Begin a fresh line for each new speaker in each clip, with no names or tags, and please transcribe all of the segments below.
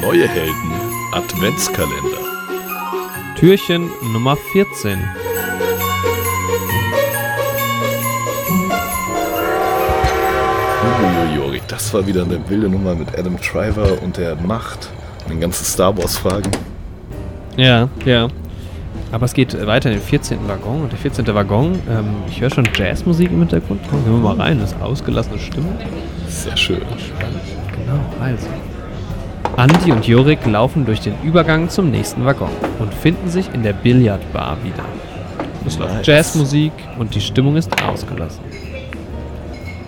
Neue Helden Adventskalender.
Türchen Nummer 14.
Uiuiui, das war wieder eine wilde Nummer mit Adam Driver und der Macht. Und den ganzen Star Wars-Fragen.
Ja, ja. Aber es geht weiter in den 14. Waggon. Und der 14. Waggon, ähm, ich höre schon Jazzmusik im Hintergrund. Gucken wir mal rein, das ist ausgelassene Stimme.
Sehr schön.
Genau, also. Andi und Jorik laufen durch den Übergang zum nächsten Waggon und finden sich in der Billardbar wieder. Es läuft
Nice.
Jazzmusik und die Stimmung ist ausgelassen.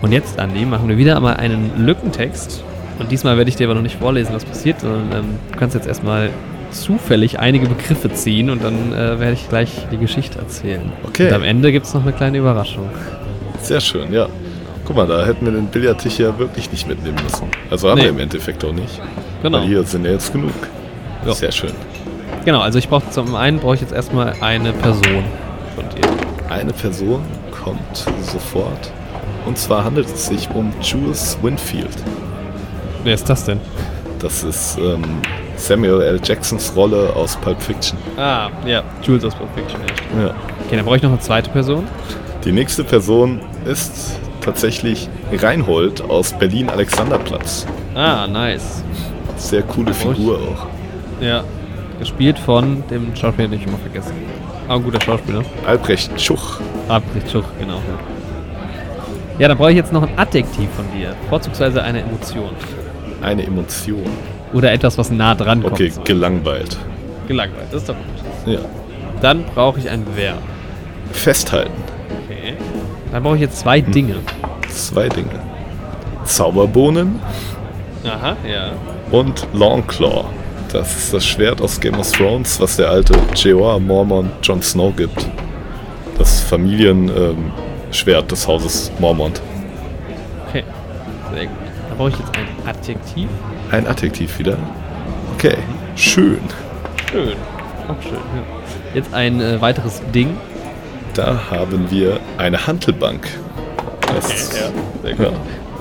Und jetzt, Andi, machen wir wieder einmal einen Lückentext. Und diesmal werde ich dir aber noch nicht vorlesen, was passiert, sondern ähm, du kannst jetzt erstmal zufällig einige Begriffe ziehen und dann äh, werde ich gleich die Geschichte erzählen.
Okay.
Und am Ende gibt es noch eine kleine Überraschung.
Sehr schön, ja. Guck mal, da hätten wir den Billardtisch ja wirklich nicht mitnehmen müssen. Also haben
Nee.
wir im Endeffekt auch nicht.
Genau.
Weil hier sind ja jetzt genug.
Ja.
Sehr schön.
Genau, also ich brauche zum einen brauche ich jetzt erstmal eine Person von dir.
Eine Person kommt sofort. Und zwar handelt es sich um Jules Winfield.
Wer ist das denn?
Das ist ähm, Samuel L. Jacksons Rolle aus Pulp Fiction.
Ah, ja, Jules aus Pulp Fiction. ja, stimmt.
Ja.
Okay, dann brauche ich noch eine zweite Person.
Die nächste Person ist tatsächlich Reinhold aus Berlin-Alexanderplatz.
Ah, nice.
Sehr coole
Ruhig.
Figur auch.
Ja. Gespielt von dem Schauspieler, den ich immer vergessen. Aber ein guter Schauspieler.
Albrecht Schuch.
Albrecht Schuch, genau. Ja, dann brauche ich jetzt noch ein Adjektiv von dir. Vorzugsweise eine Emotion.
Eine Emotion.
Oder etwas, was nah dran kommt.
Okay,
zum Beispiel.
gelangweilt.
gelangweilt. Das ist doch gut.
Ja.
Dann brauche ich ein Verb.
Festhalten.
Okay. Dann brauche ich jetzt zwei Dinge.
Zwei Dinge. Zauberbohnen
Aha, ja.
und Longclaw. Das ist das Schwert aus Game of Thrones, was der alte J.R. Mormon Jon Snow gibt. Das Familienschwert des Hauses Mormont.
Okay. Sehr gut. Dann brauche ich jetzt ein Adjektiv.
Ein Adjektiv wieder. Okay. Schön.
Schön. Auch schön, ja. Jetzt ein äh, weiteres Ding.
Da haben wir eine Hantelbank. Das
ja, sehr gut.
ja.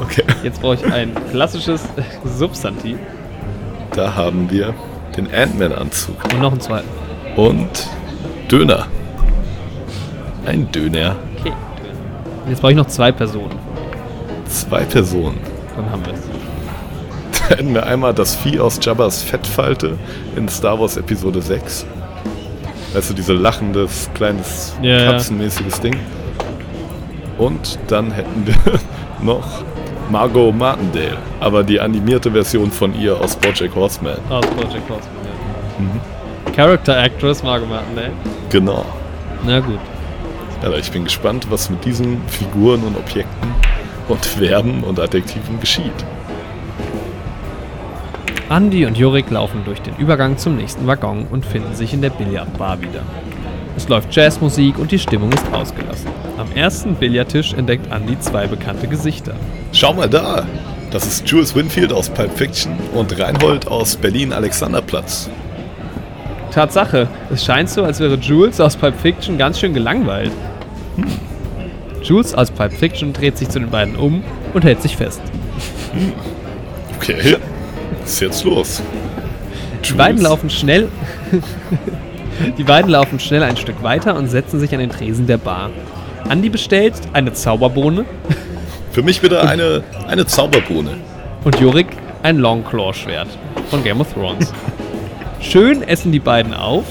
Okay.
Jetzt brauche ich ein klassisches äh, Substantiv.
Da haben wir den Ant-Man-Anzug
Und noch ein zweiten.
und Döner. Ein Döner.
Okay. Und Jetzt brauche ich noch zwei Personen.
Zwei Personen.
Dann haben wir es.
Da hätten wir einmal das Vieh aus Jabba's Fettfalte in Star Wars Episode 6. Weißt du, diese lachendes, kleines,
Ja, ja.
katzenmäßiges Ding. Und dann hätten wir noch Margot Martindale, aber die animierte Version von ihr aus Project Horseman.
Aus Project Horseman, ja. Character Actress Margot Martindale.
Genau.
Na gut.
Alter, ich bin gespannt, was mit diesen Figuren und Objekten und Verben und Adjektiven geschieht.
Andy und Jurik laufen durch den Übergang zum nächsten Waggon und finden sich in der Billardbar wieder. Es läuft Jazzmusik und die Stimmung ist ausgelassen. Am ersten Billardtisch entdeckt Andy zwei bekannte Gesichter.
Schau mal da! Das ist Jules Winfield aus Pulp Fiction und Reinhold aus Berlin-Alexanderplatz.
Tatsache, es scheint so, als wäre Jules aus Pulp Fiction ganz schön gelangweilt. Hm. Jules aus Pulp Fiction dreht sich zu den beiden um und hält sich fest.
Okay, was ist jetzt los?
Die beiden laufen schnell. Die beiden laufen schnell ein Stück weiter und setzen sich an den Tresen der Bar. Andy bestellt eine Zauberbohne
Für mich wieder eine, eine Zauberbohne.
und Jurik ein Longclaw-Schwert von Game of Thrones. Schön essen die beiden auf.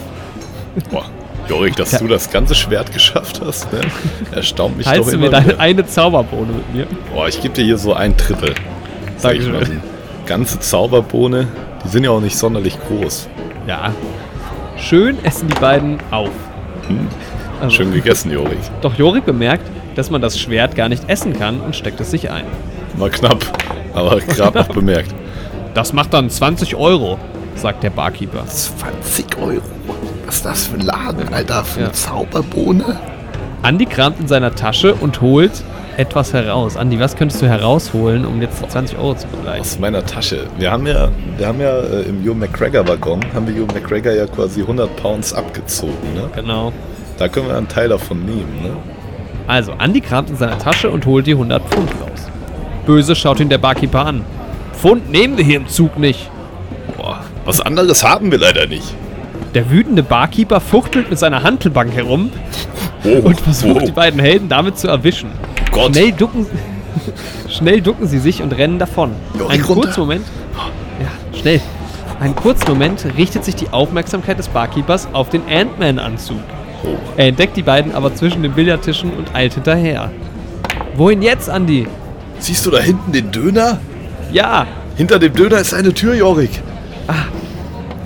Boah, Jorik, dass
Ja.
du das ganze Schwert geschafft hast, ne? erstaunt mich doch
Teilst du
immer
mir deine
wieder.
eine Zauberbohne mit mir?
Boah, ich gebe dir hier so ein Drittel. Sag ich mal.
Dankeschön.
Ganze Zauberbohne, die sind ja auch nicht sonderlich groß.
Ja. Schön essen die beiden auf. Also-
Schön gegessen, Jorik.
Doch Jorik bemerkt, dass man das Schwert gar nicht essen kann und steckt es sich ein.
War knapp, aber gerade noch bemerkt.
Das macht dann 20 Euro, sagt der Barkeeper.
20 Euro. Was ist das für ein Laden, Alter? Für
eine Ja.
Zauberbohne?
Andi kramt in seiner Tasche und holt etwas heraus. Andi, was könntest du herausholen, um jetzt 20 Euro zu begleichen?
Aus meiner Tasche. Wir haben ja, wir haben ja äh, im Hugh McGregor-Waggon, haben wir Hugh McGregor ja quasi 100 Pounds abgezogen. Ne?
Genau.
Da können wir einen Teil davon nehmen. Ne?
Also, Andi kramt in seiner Tasche und holt die 100 Pfund raus. Böse schaut ihn der Barkeeper an. Pfund nehmen wir hier im Zug nicht.
Boah, Was anderes haben wir leider nicht.
Der wütende Barkeeper fuchtelt mit seiner Hantelbank herum
Oh,
und versucht die beiden Helden damit zu erwischen.
Gott.
Schnell ducken, schnell ducken sie sich und rennen davon.
Ja,
Einen
ich runter.
kurzen Moment. Ja, schnell. Einen kurzen Moment richtet sich die Aufmerksamkeit des Barkeepers auf den Ant-Man-Anzug.
oh.
Er entdeckt die beiden aber zwischen den Billardtischen und eilt hinterher. Wohin jetzt, Andy?
Siehst du da hinten den Döner?
Ja,
Hinter dem Döner ist eine Tür, Jorik.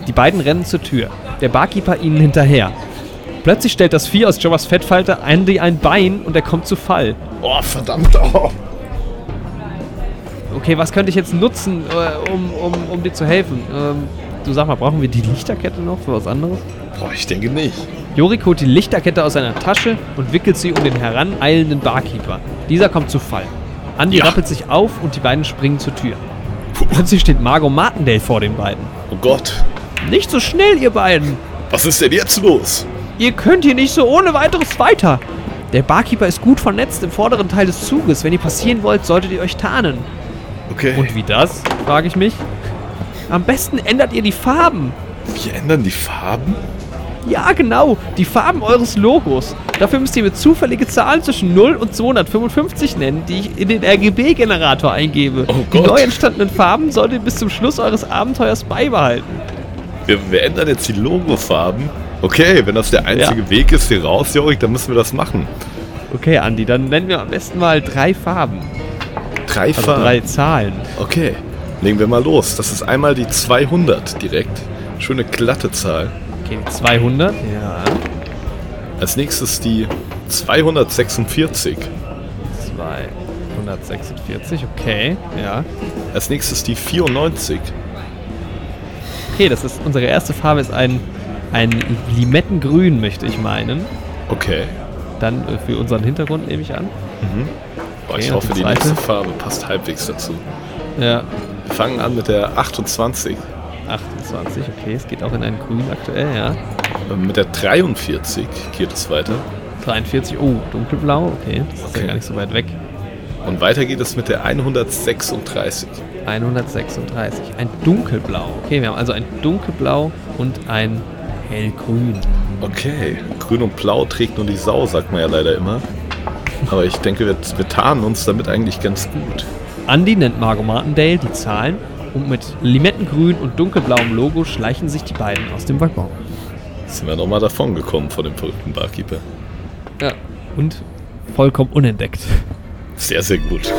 Die beiden rennen zur Tür. Der Barkeeper ihnen hinterher. Plötzlich stellt das Vieh aus Jovas Fettfalter Andy ein Bein und er kommt zu Fall.
Oh, verdammt. Oh.
Okay, was könnte ich jetzt nutzen, äh, um, um, um dir zu helfen? Ähm, du sag mal, brauchen wir die Lichterkette noch für was anderes?
Boah, ich denke nicht.
Jorik holt die Lichterkette aus seiner Tasche und wickelt sie um den heraneilenden Barkeeper. Dieser kommt zu Fall. Andy
Ja.
rappelt sich auf und die beiden springen zur Tür. Plötzlich steht Margot Martindale vor den beiden.
Oh Gott.
Nicht so schnell, ihr beiden!
Was ist denn jetzt los?
Ihr könnt hier nicht so ohne weiteres weiter. Der Barkeeper ist gut vernetzt im vorderen Teil des Zuges. Wenn ihr passieren wollt, solltet ihr euch tarnen.
Okay.
Und wie das, frage ich mich. Am besten ändert ihr die Farben.
wir ändern die Farben?
Ja, genau, die Farben eures Logos. Dafür müsst ihr mir zufällige Zahlen zwischen 0 und 255 nennen, die ich in den RGB-Generator eingebe.
Oh
die
Gott.
neu entstandenen Farben solltet ihr bis zum Schluss eures Abenteuers beibehalten.
Wir, wir ändern jetzt die Logofarben. Okay, wenn das der einzige Weg ist hier raus, Jorik, dann müssen wir das machen.
Okay, Andi, dann nennen wir am besten mal drei Farben.
Drei
Also
Farben.
drei Zahlen.
Okay, legen wir mal los. Das ist einmal die 200 direkt. Schöne glatte Zahl.
Okay, 200. Ja.
Als nächstes die 246.
246, okay. Ja.
Als nächstes die 94.
Okay, das ist unsere erste Farbe ist ein, ein Limettengrün, möchte ich meinen.
Okay.
Dann äh, für unseren Hintergrund nehme ich an.
Boah,
Okay,
ich
und
hoffe,
die
die
zweite?
nächste Farbe passt halbwegs dazu.
Ja.
Wir fangen an mit der 28.
28, okay, es geht auch in ein Grün aktuell, ja.
Ähm, Mit der 43 geht es weiter.
43, oh, dunkelblau, okay. Das ist ja
Okay.
gar nicht so weit weg.
Und weiter geht es mit der 136.
136, ein dunkelblau. Okay, wir haben also ein dunkelblau und ein hellgrün.
Okay. Grün und Blau trägt nur die Sau, sagt man ja leider immer. Aber ich denke, wir, wir tarnen uns damit eigentlich ganz gut.
Andy nennt Margot Martindale die Zahlen und mit Limettengrün und dunkelblauem Logo schleichen sich die beiden aus dem Waggon.
Sind wir nochmal davon gekommen von dem verrückten Barkeeper.
Ja. Und vollkommen unentdeckt.
Sehr, sehr gut.